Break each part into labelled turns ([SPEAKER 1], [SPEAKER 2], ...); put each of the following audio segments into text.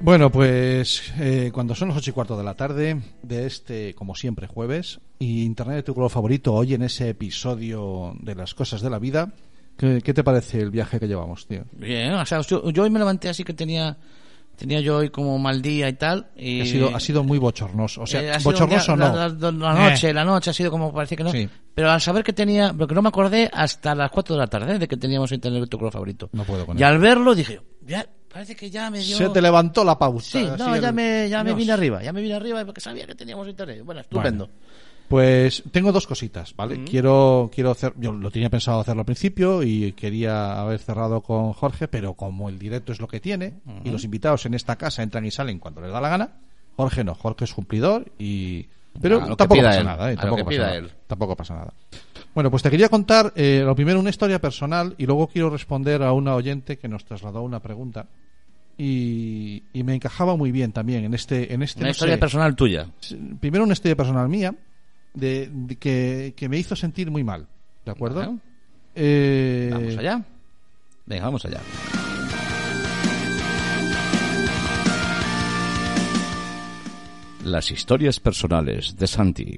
[SPEAKER 1] Bueno, pues eh, cuando son las ocho y cuarto de la tarde de este, como siempre, jueves, y Internet de tu color favorito hoy en ese episodio de las cosas de la vida, ¿qué, qué te parece el viaje que llevamos, tío?
[SPEAKER 2] Bien, o sea, yo, yo hoy me levanté así que tenía tenía yo hoy como mal día y tal. Y
[SPEAKER 1] Ha sido, ha sido muy bochornoso. O sea,
[SPEAKER 2] Eh, ha sido un
[SPEAKER 1] bochornoso
[SPEAKER 2] día-
[SPEAKER 1] no. Eh.
[SPEAKER 2] La, la- la noche, la noche ha sido como parecía que no.
[SPEAKER 1] Sí.
[SPEAKER 2] Pero al saber que tenía, porque no me acordé hasta las 4 de la tarde de que teníamos internet tu color favorito.
[SPEAKER 1] No puedo con
[SPEAKER 2] Y
[SPEAKER 1] él.
[SPEAKER 2] al verlo dije, ya, parece que ya me dio.
[SPEAKER 1] Se te levantó la pauta.
[SPEAKER 2] Sí,
[SPEAKER 1] así
[SPEAKER 2] no,
[SPEAKER 1] el-
[SPEAKER 2] ya me, ya me
[SPEAKER 1] Dios.
[SPEAKER 2] vine arriba, ya me vine arriba porque sabía que teníamos internet. Bueno, estupendo.
[SPEAKER 1] Pues tengo dos cositas, ¿vale? Quiero quiero hacer, yo lo tenía pensado hacerlo al principio y quería haber cerrado con Jorge, pero como el directo es lo que tiene y los invitados en esta casa entran y salen cuando les da la gana, Jorge no, Jorge es cumplidor y pero
[SPEAKER 2] A lo que
[SPEAKER 1] tampoco
[SPEAKER 2] pida
[SPEAKER 1] pasa
[SPEAKER 2] él,
[SPEAKER 1] nada,
[SPEAKER 2] a
[SPEAKER 1] ¿eh?
[SPEAKER 2] lo
[SPEAKER 1] tampoco
[SPEAKER 2] que
[SPEAKER 1] pasa
[SPEAKER 2] pida
[SPEAKER 1] nada.
[SPEAKER 2] él.
[SPEAKER 1] Tampoco pasa nada. Bueno, pues te quería contar eh, lo primero una historia personal y luego quiero responder a una oyente que nos trasladó una pregunta y, y me encajaba muy bien también en este en este
[SPEAKER 2] Una
[SPEAKER 1] no
[SPEAKER 2] historia
[SPEAKER 1] sé,
[SPEAKER 2] personal tuya.
[SPEAKER 1] primero una historia personal mía de, de que, que me hizo sentir muy mal, ¿de acuerdo?
[SPEAKER 2] Vale.
[SPEAKER 1] Eh,
[SPEAKER 2] Vamos allá. Venga, vamos allá. Las historias personales de Santi.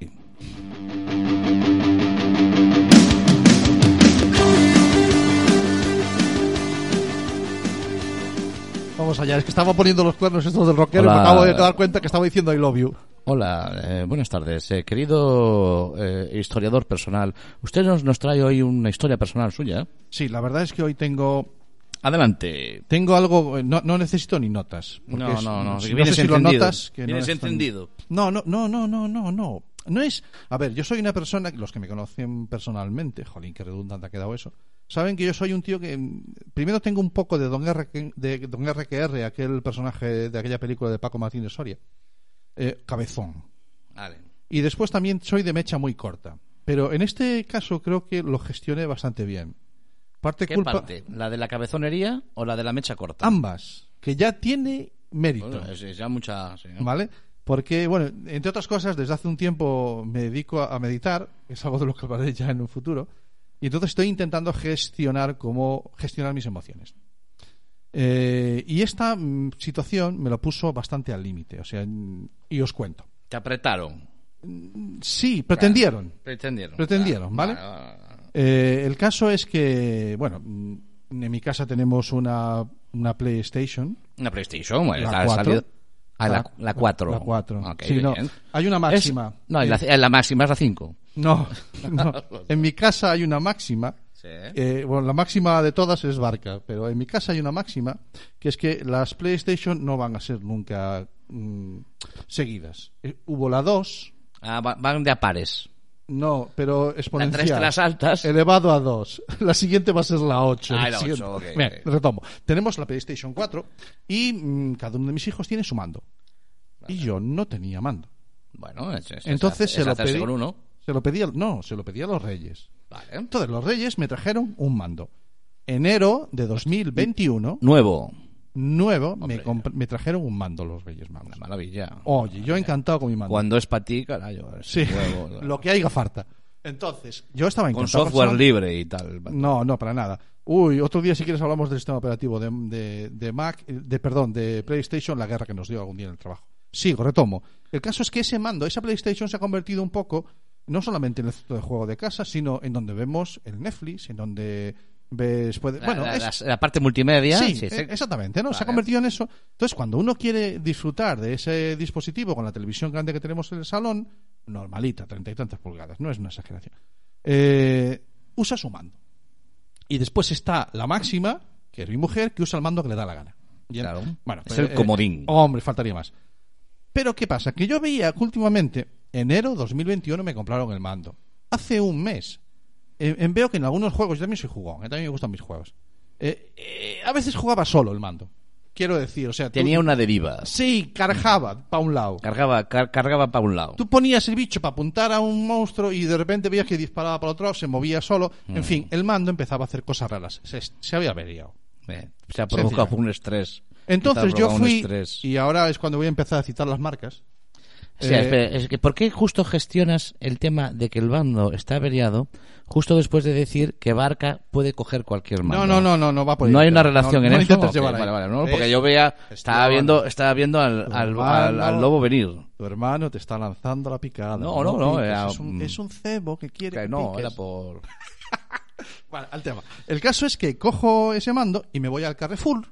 [SPEAKER 1] Vamos allá, es que estaba poniendo los cuernos estos del rockero y
[SPEAKER 2] Hola.
[SPEAKER 1] me acabo de dar cuenta que estaba diciendo I love you.
[SPEAKER 2] Hola, eh, buenas tardes. Eh, querido eh, historiador personal, usted nos, nos trae hoy una historia personal suya.
[SPEAKER 1] Sí, la verdad es que hoy tengo
[SPEAKER 2] Adelante.
[SPEAKER 1] tengo algo, eh, no, no necesito ni notas. porque
[SPEAKER 2] No,
[SPEAKER 1] es-
[SPEAKER 2] no, no,
[SPEAKER 1] si-
[SPEAKER 2] vienes
[SPEAKER 1] sé si lo
[SPEAKER 2] encendido,
[SPEAKER 1] notas. Que no
[SPEAKER 2] vienes
[SPEAKER 1] es tan-
[SPEAKER 2] encendido.
[SPEAKER 1] No, no, no, no, no, no, no. No es. A ver, yo soy una persona, los que me conocen personalmente, jolín, qué redundante ha quedado eso. Saben que yo soy un tío que. mm, Primero tengo un poco de Don, R, de Don RQR, aquel personaje de aquella película de Paco Martínez Soria. Eh, cabezón.
[SPEAKER 2] Vale.
[SPEAKER 1] Y después también soy de mecha muy corta. Pero en este caso creo que lo gestioné bastante bien. Parte
[SPEAKER 2] ¿Qué
[SPEAKER 1] culpa.
[SPEAKER 2] parte? ¿La de la cabezonería o la de la mecha corta?
[SPEAKER 1] Ambas. Que ya tiene mérito.
[SPEAKER 2] Bueno, es- es ya mucha. sí, ¿no?
[SPEAKER 1] ¿Vale? Porque, bueno, entre otras cosas, desde hace un tiempo me dedico a, a meditar, que es algo de lo que hablaré ya en un futuro, y entonces estoy intentando gestionar cómo gestionar mis emociones. Eh, y esta mm, situación me lo puso bastante al límite, o sea, mm, y os cuento.
[SPEAKER 2] Te apretaron.
[SPEAKER 1] Sí, pretendieron.
[SPEAKER 2] Pretendieron.
[SPEAKER 1] Pretendieron, ¿vale? Eh, el caso es que, bueno, mm, en mi casa tenemos una, una PlayStation,
[SPEAKER 2] Una PlayStation, bueno,
[SPEAKER 1] La
[SPEAKER 2] ha
[SPEAKER 1] cuatro.
[SPEAKER 2] salido- Ah, la, la 4.
[SPEAKER 1] La 4.
[SPEAKER 2] Ok,
[SPEAKER 1] Sí, no.
[SPEAKER 2] bien.
[SPEAKER 1] Hay una máxima.
[SPEAKER 2] Es- no, la, la máxima es la 5.
[SPEAKER 1] No, no. En mi casa hay una máxima. eh, bueno, la máxima de todas es Barca, pero en mi casa hay una máxima que es que las PlayStation no van a ser nunca mm, seguidas. Eh, hubo la 2,
[SPEAKER 2] Ah, va- van de a pares.
[SPEAKER 1] no, pero
[SPEAKER 2] La 3
[SPEAKER 1] exponencial.
[SPEAKER 2] te las altas.
[SPEAKER 1] Elevado a 2. La siguiente va a ser la 8.
[SPEAKER 2] Ah, la ocho, ok,
[SPEAKER 1] Mira,
[SPEAKER 2] ok.
[SPEAKER 1] retomo. Tenemos la PlayStation 4 y mm, cada uno de mis hijos tiene su mando. Y yo no tenía mando.
[SPEAKER 2] Bueno, es- es- es
[SPEAKER 1] Entonces
[SPEAKER 2] hacer-
[SPEAKER 1] se
[SPEAKER 2] es
[SPEAKER 1] lo
[SPEAKER 2] hacerse
[SPEAKER 1] pedí.
[SPEAKER 2] con uno.
[SPEAKER 1] Se lo pedí, al- no, se lo pedí a los reyes.
[SPEAKER 2] Vale.
[SPEAKER 1] Entonces los Reyes me trajeron un mando. Enero de 2021,
[SPEAKER 2] Nuevo.
[SPEAKER 1] nuevo, me, comp- me trajeron un mando los Reyes Magos.
[SPEAKER 2] Una maravilla.
[SPEAKER 1] Oye, yo encantado con mi mando.
[SPEAKER 2] Cuando es para ti, carajo. es
[SPEAKER 1] Oh, Sí,
[SPEAKER 2] nuevo.
[SPEAKER 1] lo que haya falta. Entonces, yo estaba
[SPEAKER 2] con
[SPEAKER 1] encantado.
[SPEAKER 2] software
[SPEAKER 1] ese mando.
[SPEAKER 2] libre y tal.
[SPEAKER 1] No, no, para nada. Uy, otro día si quieres hablamos del sistema operativo de, de- de Mac, eh, de perdón, de PlayStation, la guerra que nos dio algún día en el trabajo. Sigo, retomo. El caso es que ese mando, esa PlayStation se ha convertido un poco, no solamente en el centro de juego de casa, sino en donde vemos el Netflix, en donde ves... puede-
[SPEAKER 2] La,
[SPEAKER 1] bueno,
[SPEAKER 2] la-
[SPEAKER 1] es-
[SPEAKER 2] las- la parte multimedia.
[SPEAKER 1] Sí,
[SPEAKER 2] sí, sí.
[SPEAKER 1] eh, exactamente, ¿no? Se ha
[SPEAKER 2] Vale.
[SPEAKER 1] convertido en eso. Entonces, cuando uno quiere disfrutar de ese dispositivo con la televisión grande que tenemos en el salón, normalita, treinta y tantas pulgadas, no es una exageración, eh, usa su mando. Y después está la máxima, que es mi mujer, que usa el mando que le da la gana. Bien.
[SPEAKER 2] Claro. Es
[SPEAKER 1] pues,
[SPEAKER 2] el comodín.
[SPEAKER 1] hombre, faltaría más. Pero ¿qué pasa? Que yo veía que últimamente, enero 2021 me compraron el mando. Hace un mes. eh, eh, veo que en algunos juegos, yo también soy jugón, eh, también me gustan mis juegos. Eh, eh, a veces jugaba solo el mando. Quiero decir, o sea, tú-
[SPEAKER 2] Tenía una deriva.
[SPEAKER 1] Sí, cargaba para un lado.
[SPEAKER 2] Cargaba, car- cargaba para un lado.
[SPEAKER 1] Tú ponías el bicho para apuntar a un monstruo y de repente veías que disparaba para otro, lado, se movía solo. En
[SPEAKER 2] Mm.
[SPEAKER 1] fin, el mando empezaba a hacer cosas raras. Se, se había averiado.
[SPEAKER 2] Eh, se ha provocado
[SPEAKER 1] Sencillo.
[SPEAKER 2] un estrés.
[SPEAKER 1] Entonces
[SPEAKER 2] Quizá ha
[SPEAKER 1] yo
[SPEAKER 2] provocado un
[SPEAKER 1] fui, eh,
[SPEAKER 2] estrés.
[SPEAKER 1] y ahora es cuando voy a empezar a citar las marcas.
[SPEAKER 2] O sea,
[SPEAKER 1] Eh,
[SPEAKER 2] espera, es que ¿por qué justo gestionas el tema de que el bando está averiado justo después de decir que Barca puede coger cualquier mando?
[SPEAKER 1] No, no, no, no, no va por ahí.
[SPEAKER 2] No hay una
[SPEAKER 1] No,
[SPEAKER 2] relación
[SPEAKER 1] no
[SPEAKER 2] en
[SPEAKER 1] lo
[SPEAKER 2] eso.
[SPEAKER 1] intentes
[SPEAKER 2] Ok,
[SPEAKER 1] llevar ahí.
[SPEAKER 2] vale, vale, no,
[SPEAKER 1] ¿Ves?
[SPEAKER 2] porque yo veía, estaba
[SPEAKER 1] Gestiona.
[SPEAKER 2] viendo, estaba viendo al, al, al- al lobo venir.
[SPEAKER 1] Tu hermano te está lanzando la picada.
[SPEAKER 2] No, no, no,
[SPEAKER 1] piques,
[SPEAKER 2] era-
[SPEAKER 1] es, un, es un cebo que quiere que
[SPEAKER 2] No,
[SPEAKER 1] piques.
[SPEAKER 2] era por.
[SPEAKER 1] Vale, al tema. El caso es que cojo ese mando y me voy al Carrefour,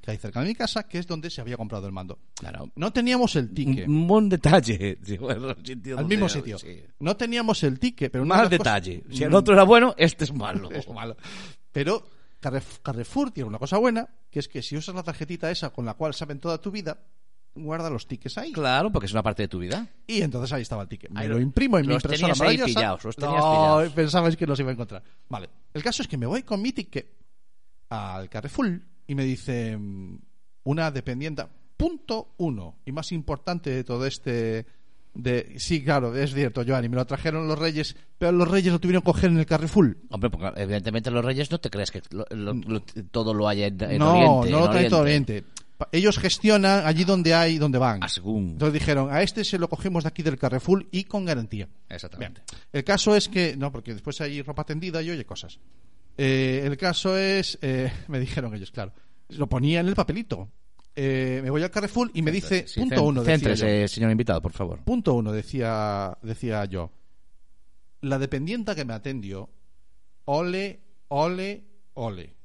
[SPEAKER 1] que hay cerca de mi casa, que es donde se había comprado el mando.
[SPEAKER 2] Claro.
[SPEAKER 1] No teníamos el ticket.
[SPEAKER 2] Un buen detalle. sí, bueno, el sitio
[SPEAKER 1] al
[SPEAKER 2] donde-
[SPEAKER 1] mismo sitio.
[SPEAKER 2] sí.
[SPEAKER 1] No teníamos el ticket, pero una
[SPEAKER 2] Más
[SPEAKER 1] de las cosas- Mm,
[SPEAKER 2] detalle. Si el otro era bueno, este es malo.
[SPEAKER 1] es malo. Pero Carref- Carrefour tiene una cosa buena, que es que si usas la tarjetita esa con la cual saben toda tu vida, guarda los tickets ahí.
[SPEAKER 2] Claro, porque es una parte de tu vida.
[SPEAKER 1] Y entonces ahí estaba el ticket. Me
[SPEAKER 2] Ahí
[SPEAKER 1] lo
[SPEAKER 2] lo-
[SPEAKER 1] imprimo en mi
[SPEAKER 2] los
[SPEAKER 1] impresora
[SPEAKER 2] tenías ahí
[SPEAKER 1] maravillosa.
[SPEAKER 2] pillados, los tenías
[SPEAKER 1] no,
[SPEAKER 2] pillados.
[SPEAKER 1] pensabais que los iba a encontrar. Vale. El caso es que me voy con mi ticket al Carrefour y me dice mm, una dependienta, punto uno, y más importante de todo este... De, sí, claro, es cierto, Joanny, me lo trajeron los reyes, pero los reyes lo tuvieron que coger en el Carrefour.
[SPEAKER 2] Hombre, porque evidentemente los reyes no te crees que lo- lo- lo- todo lo haya en, en
[SPEAKER 1] no,
[SPEAKER 2] Oriente.
[SPEAKER 1] no lo
[SPEAKER 2] en
[SPEAKER 1] traen todo Oriente. Pa- Ellos gestionan allí donde hay, donde van.
[SPEAKER 2] Ah, según.
[SPEAKER 1] Entonces dijeron, a este se lo cogemos de aquí del Carrefour y con garantía. Bien.
[SPEAKER 2] Exactamente.
[SPEAKER 1] El caso es que, no, porque después hay ropa tendida y oye cosas. Eh, el caso es, eh, me dijeron ellos, claro, lo ponía en el papelito. Eh, me voy al Carrefour y me dice,
[SPEAKER 2] Sí,
[SPEAKER 1] punto
[SPEAKER 2] cen-
[SPEAKER 1] uno, decía yo.
[SPEAKER 2] Céntrese, señor invitado, por favor.
[SPEAKER 1] Punto uno, decía, decía yo. La dependienta que me atendió, ole, ole, ole.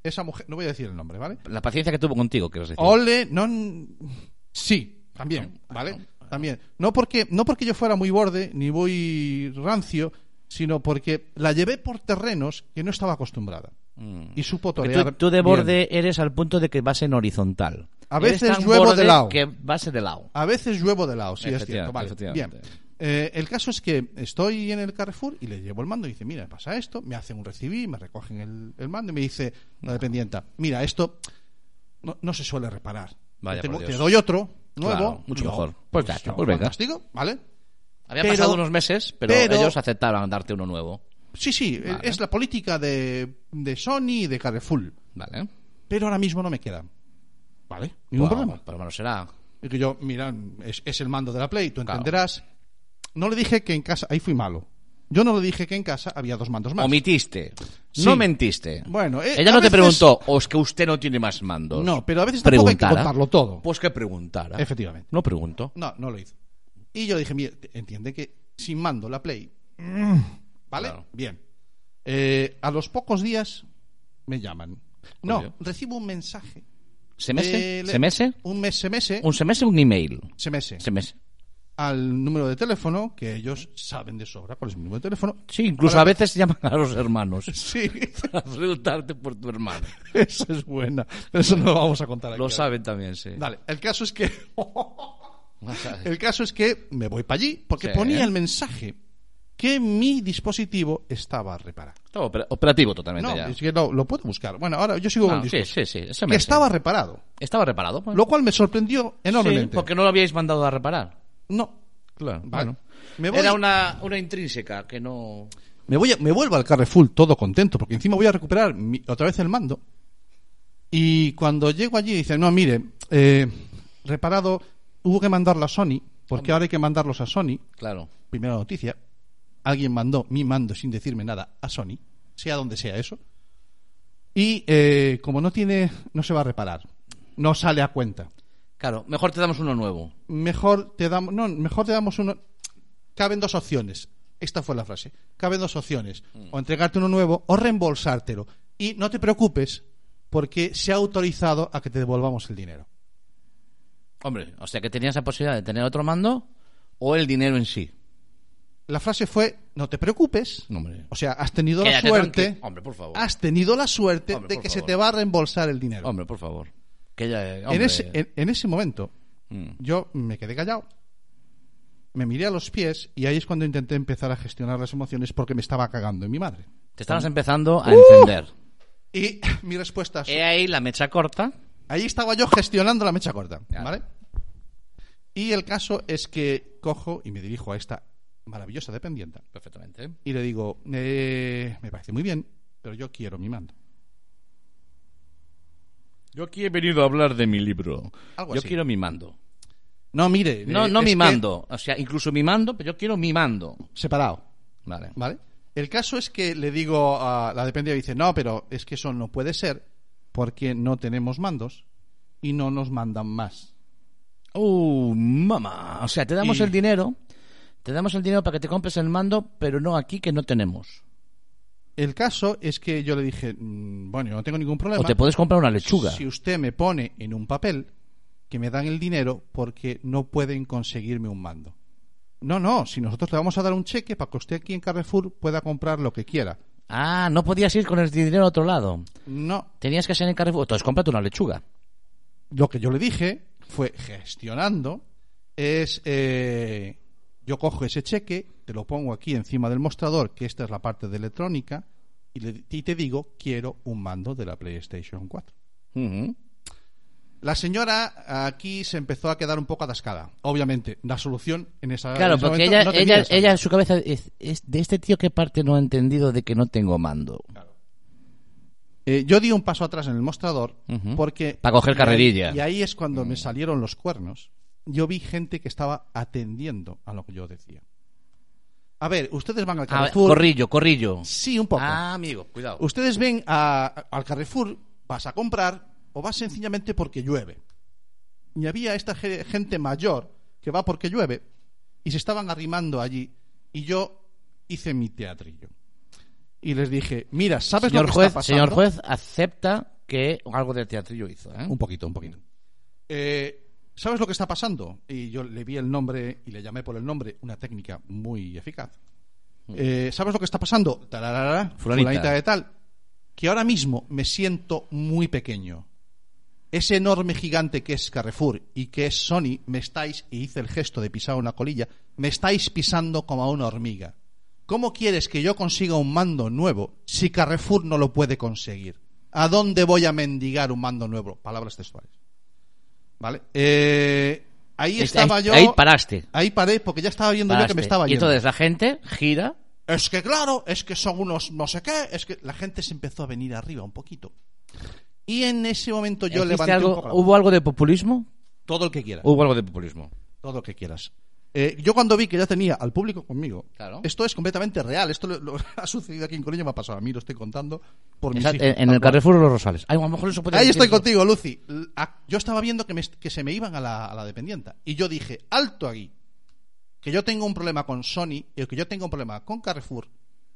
[SPEAKER 1] Esa mujer, no voy a decir el nombre, ¿vale?
[SPEAKER 2] La paciencia que tuvo contigo, quiero decir.
[SPEAKER 1] Ole, no. Sí, también, ¿vale? También. No porque, no porque yo fuera muy borde ni muy rancio, sino porque la llevé por terrenos que no estaba acostumbrada.
[SPEAKER 2] Mm.
[SPEAKER 1] Y supo
[SPEAKER 2] Porque
[SPEAKER 1] torear.
[SPEAKER 2] tú, tú de
[SPEAKER 1] bien.
[SPEAKER 2] borde eres al punto de que vas en horizontal.
[SPEAKER 1] A
[SPEAKER 2] Eres
[SPEAKER 1] veces
[SPEAKER 2] tan
[SPEAKER 1] lluevo de
[SPEAKER 2] borde
[SPEAKER 1] lado.
[SPEAKER 2] Que vas de lado.
[SPEAKER 1] A veces lluevo de lado, sí, es
[SPEAKER 2] Efectivamente,
[SPEAKER 1] cierto. Vale, bien.
[SPEAKER 2] efectivamente.
[SPEAKER 1] Eh, el caso es que estoy en el Carrefour y le llevo el mando y dice, mira, pasa esto, me hacen un recibí, me recogen el, el mando y me dice la dependienta, mira, esto no, no se suele reparar.
[SPEAKER 2] Vaya
[SPEAKER 1] te,
[SPEAKER 2] por
[SPEAKER 1] te
[SPEAKER 2] Dios.
[SPEAKER 1] doy otro, nuevo.
[SPEAKER 2] Claro, mucho
[SPEAKER 1] No,
[SPEAKER 2] mejor. Pues ya está, pues venga.
[SPEAKER 1] fantástico, ¿vale?
[SPEAKER 2] Había
[SPEAKER 1] Pero-
[SPEAKER 2] pasado unos meses, pero,
[SPEAKER 1] pero-
[SPEAKER 2] ellos aceptaron darte uno nuevo.
[SPEAKER 1] Sí, sí, eh,
[SPEAKER 2] Vale.
[SPEAKER 1] es la política de, de Sony y de Carrefour.
[SPEAKER 2] Vale.
[SPEAKER 1] Pero ahora mismo no me quedan. ¿Vale? Ningún
[SPEAKER 2] Bueno,
[SPEAKER 1] problema.
[SPEAKER 2] Por lo menos será.
[SPEAKER 1] Y que yo, mira, es, es el mando de la Play, tú
[SPEAKER 2] Claro.
[SPEAKER 1] entenderás. No le dije que en casa, ahí fui malo. Yo no le dije que en casa había dos mandos más.
[SPEAKER 2] Omitiste.
[SPEAKER 1] Sí.
[SPEAKER 2] No mentiste.
[SPEAKER 1] Bueno, eh,
[SPEAKER 2] Ella
[SPEAKER 1] a
[SPEAKER 2] no te
[SPEAKER 1] veces-
[SPEAKER 2] preguntó, o es que usted no tiene más mandos.
[SPEAKER 1] No, pero a veces tampoco hay que
[SPEAKER 2] Preguntara.
[SPEAKER 1] contarlo todo.
[SPEAKER 2] Pues que preguntara.
[SPEAKER 1] Efectivamente.
[SPEAKER 2] No pregunto.
[SPEAKER 1] No, no lo hizo. Y yo dije, mira, entiende que sin mando la Play. ¿Vale?
[SPEAKER 2] Mm. Claro.
[SPEAKER 1] Bien. Eh, a los pocos días me llaman. No,
[SPEAKER 2] Oye.
[SPEAKER 1] recibo un mensaje.
[SPEAKER 2] ¿Semese?
[SPEAKER 1] Eh, le-
[SPEAKER 2] ¿Semese?
[SPEAKER 1] Un mes, semese.
[SPEAKER 2] ¿Un semese o un email?
[SPEAKER 1] semese.
[SPEAKER 2] Semese.
[SPEAKER 1] Al número de teléfono, que ellos saben de sobra cuál es mi número de teléfono.
[SPEAKER 2] Sí, incluso
[SPEAKER 1] Hola.
[SPEAKER 2] a veces llaman a los hermanos
[SPEAKER 1] Sí,
[SPEAKER 2] para preguntarte por tu hermano.
[SPEAKER 1] esa es buena. Pero eso no lo vamos a contar aquí.
[SPEAKER 2] Lo saben también, sí.
[SPEAKER 1] Dale, el caso es que.
[SPEAKER 2] O sea,
[SPEAKER 1] El caso es que me voy para allí porque
[SPEAKER 2] Sí.
[SPEAKER 1] ponía el mensaje que mi dispositivo estaba reparado.
[SPEAKER 2] todo opera- operativo totalmente
[SPEAKER 1] No,
[SPEAKER 2] ya.
[SPEAKER 1] es que no, lo puedo buscar. Bueno, ahora yo sigo
[SPEAKER 2] Ah,
[SPEAKER 1] con el
[SPEAKER 2] sí,
[SPEAKER 1] dispositivo.
[SPEAKER 2] sí, sí.
[SPEAKER 1] Que
[SPEAKER 2] ese mes, sí.
[SPEAKER 1] estaba reparado.
[SPEAKER 2] Estaba reparado. pues.
[SPEAKER 1] Lo cual me sorprendió
[SPEAKER 2] sí,
[SPEAKER 1] enormemente.
[SPEAKER 2] porque no lo habíais mandado a reparar.
[SPEAKER 1] No.
[SPEAKER 2] Claro.
[SPEAKER 1] Vale.
[SPEAKER 2] Bueno.
[SPEAKER 1] Me voy-
[SPEAKER 2] Era una, una intrínseca que no.
[SPEAKER 1] Me, voy a- me vuelvo al Carrefour todo contento, porque encima voy a recuperar mi- otra vez el mando. Y cuando llego allí, dicen: No, mire, eh, reparado, hubo que mandarlo a Sony, porque ahora hay que mandarlos a Sony.
[SPEAKER 2] Claro.
[SPEAKER 1] Primera noticia: alguien mandó mi mando sin decirme nada a Sony, sea donde sea eso. Y eh, como no tiene, no se va a reparar, no sale a cuenta.
[SPEAKER 2] Claro. Mejor te damos uno nuevo.
[SPEAKER 1] mejor te damos no mejor te damos uno caben dos opciones esta fue la frase caben dos opciones
[SPEAKER 2] Mm.
[SPEAKER 1] o entregarte uno nuevo o reembolsártelo y no te preocupes porque se ha autorizado a que te devolvamos el dinero
[SPEAKER 2] Hombre, o sea que tenías la posibilidad de tener otro mando o el dinero en sí.
[SPEAKER 1] la frase fue no te preocupes
[SPEAKER 2] Hombre.
[SPEAKER 1] o sea has tenido la
[SPEAKER 2] Quédate
[SPEAKER 1] suerte
[SPEAKER 2] tranqui- Hombre, por favor.
[SPEAKER 1] has tenido la suerte
[SPEAKER 2] Hombre,
[SPEAKER 1] de
[SPEAKER 2] por
[SPEAKER 1] que se
[SPEAKER 2] favor.
[SPEAKER 1] te va a reembolsar el dinero
[SPEAKER 2] Hombre, por favor. Que ya, eh,
[SPEAKER 1] en, ese, en- en ese momento
[SPEAKER 2] Mm.
[SPEAKER 1] yo me quedé callado me miré a los pies y ahí es cuando intenté empezar a gestionar las emociones porque me estaba cagando en mi madre
[SPEAKER 2] Te estabas
[SPEAKER 1] Mm.
[SPEAKER 2] empezando
[SPEAKER 1] Uh.
[SPEAKER 2] a encender.
[SPEAKER 1] Y mi respuesta es...
[SPEAKER 2] He ahí la mecha corta.
[SPEAKER 1] Ahí estaba yo gestionando la mecha corta,
[SPEAKER 2] Claro.
[SPEAKER 1] ¿vale? Y el caso es que cojo y me dirijo a esta maravillosa dependienta
[SPEAKER 2] Perfectamente.
[SPEAKER 1] y le digo, eh, me parece muy bien, pero yo quiero mi mando.
[SPEAKER 2] Yo aquí he venido a hablar de mi libro.
[SPEAKER 1] Algo
[SPEAKER 2] Yo
[SPEAKER 1] así.
[SPEAKER 2] quiero mi mando.
[SPEAKER 1] No, mire.
[SPEAKER 2] No,
[SPEAKER 1] eh,
[SPEAKER 2] no
[SPEAKER 1] es que-
[SPEAKER 2] mimando. O sea, incluso mimando, pero yo quiero mimando.
[SPEAKER 1] Separado.
[SPEAKER 2] Vale.
[SPEAKER 1] ¿Vale? El caso es que le digo a la dependencia, dice, no, pero es que eso no puede ser porque no tenemos mandos y no nos mandan más.
[SPEAKER 2] ¡Uh, mamá! O sea, te damos
[SPEAKER 1] Y-
[SPEAKER 2] el dinero. Te damos el dinero para que te compres el mando, pero no aquí que no tenemos.
[SPEAKER 1] El caso es que yo le dije, "Mm, bueno, yo no tengo ningún problema.
[SPEAKER 2] O te puedes comprar una lechuga.
[SPEAKER 1] Si usted me pone en un papel que me dan el dinero porque no pueden conseguirme un mando. No, no, si nosotros le vamos a dar un cheque para que usted aquí en Carrefour pueda comprar lo que quiera.
[SPEAKER 2] Ah, no podías ir con el dinero a otro lado.
[SPEAKER 1] No,
[SPEAKER 2] Tenías que ser en Carrefour. Entonces, cómprate una lechuga.
[SPEAKER 1] lo que yo le dije fue gestionando es eh, yo cojo ese cheque te lo pongo aquí encima del mostrador que esta es la parte de electrónica y, le- y te digo quiero un mando de la PlayStation 4
[SPEAKER 2] Ujú.
[SPEAKER 1] la señora aquí se empezó a quedar un poco atascada obviamente la solución en esa Ah, en
[SPEAKER 2] Claro,
[SPEAKER 1] ese
[SPEAKER 2] porque
[SPEAKER 1] momento
[SPEAKER 2] ella,
[SPEAKER 1] no tenía
[SPEAKER 2] ella,
[SPEAKER 1] esa.
[SPEAKER 2] ella en su cabeza es, es de este tío qué parte no ha entendido de que no tengo mando.
[SPEAKER 1] Eh, yo di un paso atrás en el mostrador
[SPEAKER 2] Ujú.
[SPEAKER 1] porque
[SPEAKER 2] Pa' coger
[SPEAKER 1] y ahí-
[SPEAKER 2] carrerilla. Mm.
[SPEAKER 1] y ahí es cuando me salieron los cuernos yo vi gente que estaba atendiendo a lo que yo decía a ver ustedes van al
[SPEAKER 2] Ah,
[SPEAKER 1] Carrefour
[SPEAKER 2] corrillo, corrillo.
[SPEAKER 1] Sí, un poco.
[SPEAKER 2] Ah, amigo, cuidado.
[SPEAKER 1] Ustedes ven a- al Carrefour, vas a comprar o vas sencillamente porque llueve. Y había esta ge- gente mayor que va porque llueve y se estaban arrimando allí y yo hice mi teatrillo. Y les dije, mira, ¿sabes lo
[SPEAKER 2] señor
[SPEAKER 1] que
[SPEAKER 2] juez,
[SPEAKER 1] está pasando?
[SPEAKER 2] señor juez, acepta que algo de teatrillo hizo. ¿eh?
[SPEAKER 1] Un poquito, un poquito. Eh, ¿Sabes lo que está pasando? Y yo le vi el nombre y le llamé por el nombre, una técnica muy eficaz. Eh, ¿Sabes lo que está pasando? Tararara,
[SPEAKER 2] Fulanita.
[SPEAKER 1] fulanita de tal. Que ahora mismo me siento muy pequeño. Ese enorme gigante que es Carrefour y que es Sony, me estáis, y hice el gesto de pisar una colilla, me estáis pisando como a una hormiga. ¿Cómo quieres que yo consiga un mando nuevo si Carrefour no lo puede conseguir? ¿A dónde voy a mendigar un mando nuevo? Palabras textuales. ¿Vale? Eh, ahí
[SPEAKER 2] Ahí-
[SPEAKER 1] estaba
[SPEAKER 2] ahí-
[SPEAKER 1] yo.
[SPEAKER 2] ahí paraste.
[SPEAKER 1] Ahí paré porque ya estaba viendo yo que
[SPEAKER 2] Paraste.
[SPEAKER 1] me estaba
[SPEAKER 2] y
[SPEAKER 1] yendo.
[SPEAKER 2] entonces la gente gira.
[SPEAKER 1] Es que claro, es que son unos no sé qué, es que la gente se empezó a venir arriba un poquito. Y en ese momento yo
[SPEAKER 2] ¿Existe
[SPEAKER 1] levanté
[SPEAKER 2] algo-
[SPEAKER 1] un poco la voz.
[SPEAKER 2] ¿Hubo algo de populismo?
[SPEAKER 1] todo el que quieras,
[SPEAKER 2] Hubo algo de populismo.
[SPEAKER 1] todo el que quieras. Eh, yo cuando vi que ya tenía al público conmigo,
[SPEAKER 2] Claro.
[SPEAKER 1] esto es completamente real, esto lo- lo- ha sucedido aquí en Coruña, me ha pasado a mí, lo estoy contando por mis
[SPEAKER 2] Exacto,
[SPEAKER 1] hijos,
[SPEAKER 2] en, en el
[SPEAKER 1] tal cual.
[SPEAKER 2] Carrefour de los Rosales. Ay, a lo mejor eso podría
[SPEAKER 1] Ahí estoy
[SPEAKER 2] decirlo.
[SPEAKER 1] contigo, Lucy. L- a- Yo estaba viendo que, me est- que se me iban a la, a la dependienta. Y yo dije, alto aquí. Que yo tengo un problema con Sony y que yo tengo un problema con Carrefour.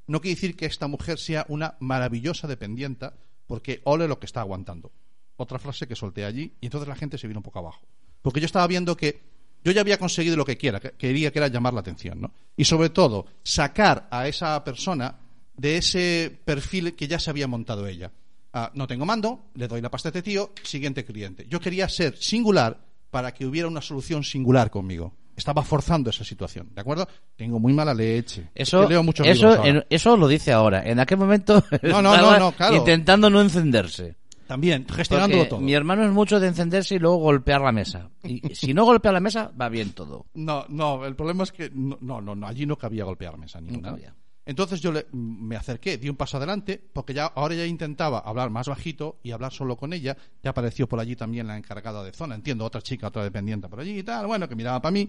[SPEAKER 1] No quiere decir que esta mujer sea una maravillosa dependienta, porque ole lo que está aguantando. Otra frase que solté allí y entonces la gente se vino un poco abajo. Porque yo estaba viendo que yo ya había conseguido lo que quiera, que- quería que era llamar la atención, ¿no? Y sobre todo, sacar a esa persona de ese perfil que ya se había montado ella. Ah, no tengo mando, le doy la pasta a este tío, siguiente cliente. Yo quería ser singular para que hubiera una solución singular conmigo. Estaba forzando esa situación, ¿de acuerdo? Tengo muy mala leche. Es
[SPEAKER 2] Eso,
[SPEAKER 1] que leo muchos libros
[SPEAKER 2] eso,
[SPEAKER 1] ahora.
[SPEAKER 2] en- eso lo dice ahora. En aquel momento
[SPEAKER 1] No, no,
[SPEAKER 2] estaba
[SPEAKER 1] no, no, claro.
[SPEAKER 2] intentando no encenderse.
[SPEAKER 1] También, gestionándolo
[SPEAKER 2] Porque
[SPEAKER 1] todo.
[SPEAKER 2] mi hermano es mucho de encenderse y luego golpear la mesa. Y si no golpea la mesa, va bien todo.
[SPEAKER 1] No, no, el problema es que no, no, no, no, allí no cabía golpearme esa ninguna.
[SPEAKER 2] cabía.
[SPEAKER 1] Entonces yo le- mm, me acerqué, di un paso adelante, porque ya ahora ya intentaba hablar más bajito y hablar solo con ella. Ya apareció por allí también la encargada de zona, entiendo, otra chica, otra dependiente por allí y tal, bueno, que miraba para mí.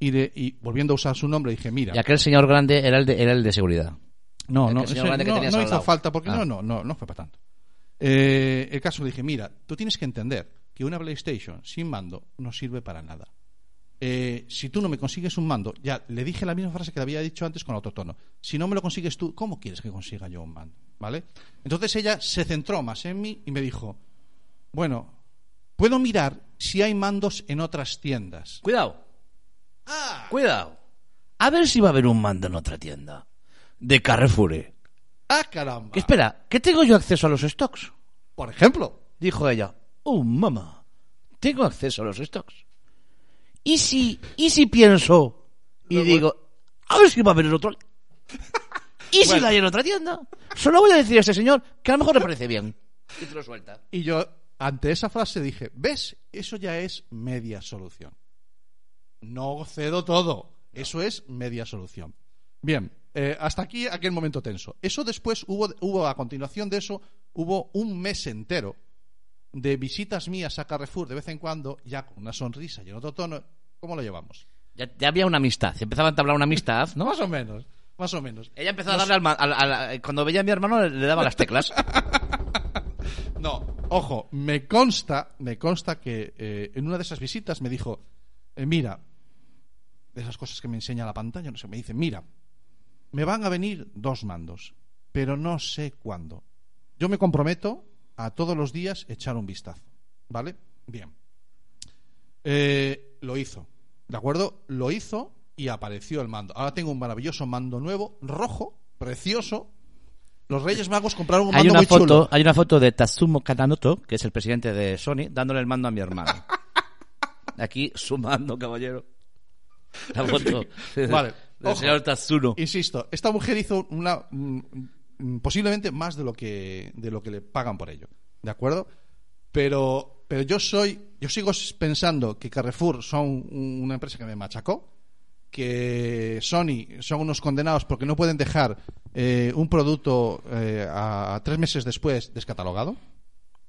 [SPEAKER 1] Y, de- y volviendo a usar su nombre, dije, mira,
[SPEAKER 2] Y aquel señor grande era el de, era el de seguridad.
[SPEAKER 1] no,
[SPEAKER 2] el
[SPEAKER 1] no,
[SPEAKER 2] que señor
[SPEAKER 1] ese-
[SPEAKER 2] grande que
[SPEAKER 1] no,
[SPEAKER 2] tenías
[SPEAKER 1] no
[SPEAKER 2] al
[SPEAKER 1] hizo
[SPEAKER 2] lado.
[SPEAKER 1] falta, porque
[SPEAKER 2] Ah.
[SPEAKER 1] no, no, no, no fue para tanto. Eh, el caso le dije, mira, tú tienes que entender que una PlayStation sin mando no sirve para nada. Eh, si tú no me consigues un mando, ya le dije la misma frase que le había dicho antes con otro tono. Si no me lo consigues tú, ¿cómo quieres que consiga yo un mando? ¿Vale? Entonces ella se centró más en mí y me dijo, bueno, puedo mirar si hay mandos en otras tiendas.
[SPEAKER 2] Cuidado. Ah. Cuidado. A ver si va a haber un mando en otra tienda. De Carrefour. eh.
[SPEAKER 1] Ah, caramba.
[SPEAKER 2] Que espera, ¿qué tengo yo acceso a los stocks?
[SPEAKER 1] Por ejemplo.
[SPEAKER 2] Dijo ella. Oh, mamá. Tengo acceso a los stocks. ¿Y si, y si pienso y
[SPEAKER 1] Luego-
[SPEAKER 2] digo, a ver si va a haber en otro... ¿Y si
[SPEAKER 1] Bueno.
[SPEAKER 2] la hay en otra tienda? Solo voy a decir a este señor que a lo mejor le parece bien. Y te lo suelta.
[SPEAKER 1] Y yo, ante esa frase, dije, ¿ves? Eso ya es media solución. No cedo todo. Eso es media solución. Bien, eh, hasta aquí aquel momento tenso. Eso después hubo, hubo, a continuación de eso, hubo un mes entero de visitas mías a Carrefour de vez en cuando, ya con una sonrisa y en otro tono, ¿Cómo lo llevamos?
[SPEAKER 2] Ya, ya había una amistad, se empezaba a entablar una amistad, ¿no?
[SPEAKER 1] Más o menos, más o menos.
[SPEAKER 2] Ella empezó a darle al, ma- al- al- al- Cuando veía a mi hermano le, le daba las teclas.
[SPEAKER 1] No, ojo, me consta, me consta que eh, en una de esas visitas me dijo, eh, mira, de esas cosas que me enseña la pantalla, no sé, me dice, mira, me van a venir dos mandos, pero no sé cuándo. Yo me comprometo a todos los días echar un vistazo, ¿vale? Bien. Eh, lo hizo, ¿de acuerdo? Lo hizo y apareció el mando. Ahora tengo un maravilloso mando nuevo, rojo, precioso. Los Reyes Magos compraron un
[SPEAKER 2] Hay
[SPEAKER 1] mando
[SPEAKER 2] una,
[SPEAKER 1] muy chulo.
[SPEAKER 2] foto, hay una foto de Tatsumo Katanoto, que es el presidente de Sony, dándole el mando a mi hermano. Aquí sumando, caballero. La foto
[SPEAKER 1] Vale,
[SPEAKER 2] del
[SPEAKER 1] ojo.
[SPEAKER 2] señor Tatsuno.
[SPEAKER 1] Insisto, esta mujer hizo una mm, mm, posiblemente más de lo que de lo que le pagan por ello, ¿de acuerdo? Pero pero yo soy yo sigo pensando que Carrefour son un- una empresa que me machacó, que Sony son unos condenados porque no pueden dejar eh, un producto eh, a, a tres meses después descatalogado.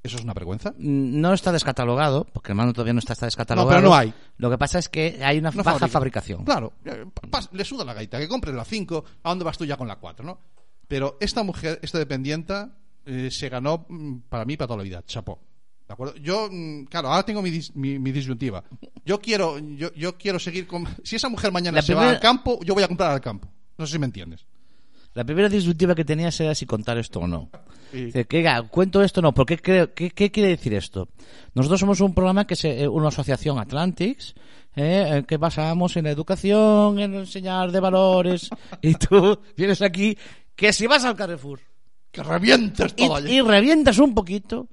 [SPEAKER 1] Eso es una vergüenza.
[SPEAKER 2] Mm, No está descatalogado, porque el mando todavía no está, está descatalogado.
[SPEAKER 1] No, pero no hay.
[SPEAKER 2] Lo que pasa es que hay una
[SPEAKER 1] No
[SPEAKER 2] baja
[SPEAKER 1] fabrican.
[SPEAKER 2] fabricación.
[SPEAKER 1] Claro, eh, pa- pas- le suda la gaita, que compres la 5, ¿a dónde vas tú ya con la 4, no? Pero esta mujer, esta dependienta, eh, se ganó mm, para mí para toda la vida, chapó. ¿De acuerdo? Yo, mm, claro, ahora tengo mi, dis- mi- mi disyuntiva. Yo quiero, yo, yo quiero seguir con. Si esa mujer mañana
[SPEAKER 2] La
[SPEAKER 1] se va
[SPEAKER 2] primera-
[SPEAKER 1] al campo, yo voy a comprar al campo. No sé si me entiendes.
[SPEAKER 2] La primera disyuntiva que tenías era si contar esto o no.
[SPEAKER 1] Y-
[SPEAKER 2] Dice, que, oiga, cuento esto o no, porque creo, ¿qué, qué quiere decir esto? Nosotros somos un programa que es eh, una asociación Atlantics, eh, eh, que basamos en la educación, en enseñar de valores, y tú vienes aquí, que si vas al Carrefour
[SPEAKER 1] ¡Que revientes
[SPEAKER 2] y,
[SPEAKER 1] todo allí!
[SPEAKER 2] y revientas un poquito,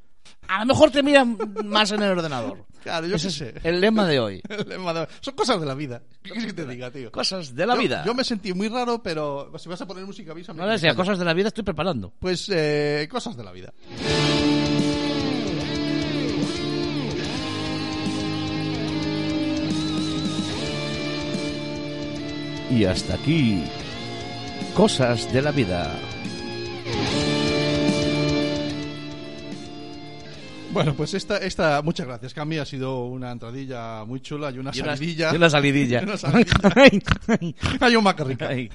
[SPEAKER 2] a lo mejor te miran más en el ordenador.
[SPEAKER 1] Claro, yo
[SPEAKER 2] Ese
[SPEAKER 1] qué
[SPEAKER 2] es
[SPEAKER 1] sé.
[SPEAKER 2] el lema de hoy.
[SPEAKER 1] El lema de- Son cosas de la vida. ¿Qué quieres que te diga, tío?
[SPEAKER 2] Cosas de la
[SPEAKER 1] Yo-
[SPEAKER 2] vida.
[SPEAKER 1] Yo me sentí muy raro, pero si vas a poner música, avísame.
[SPEAKER 2] No le sea, cosas de la vida estoy preparando.
[SPEAKER 1] Pues eh, cosas de la vida.
[SPEAKER 2] Y hasta aquí, cosas de la vida.
[SPEAKER 1] Bueno, pues esta, esta, muchas gracias, Cami. Ha sido una entradilla muy chula y una
[SPEAKER 2] Y una-
[SPEAKER 1] salidilla.
[SPEAKER 2] y una salidilla.
[SPEAKER 1] Y una salidilla. Hay un macarrica.
[SPEAKER 2] Ay.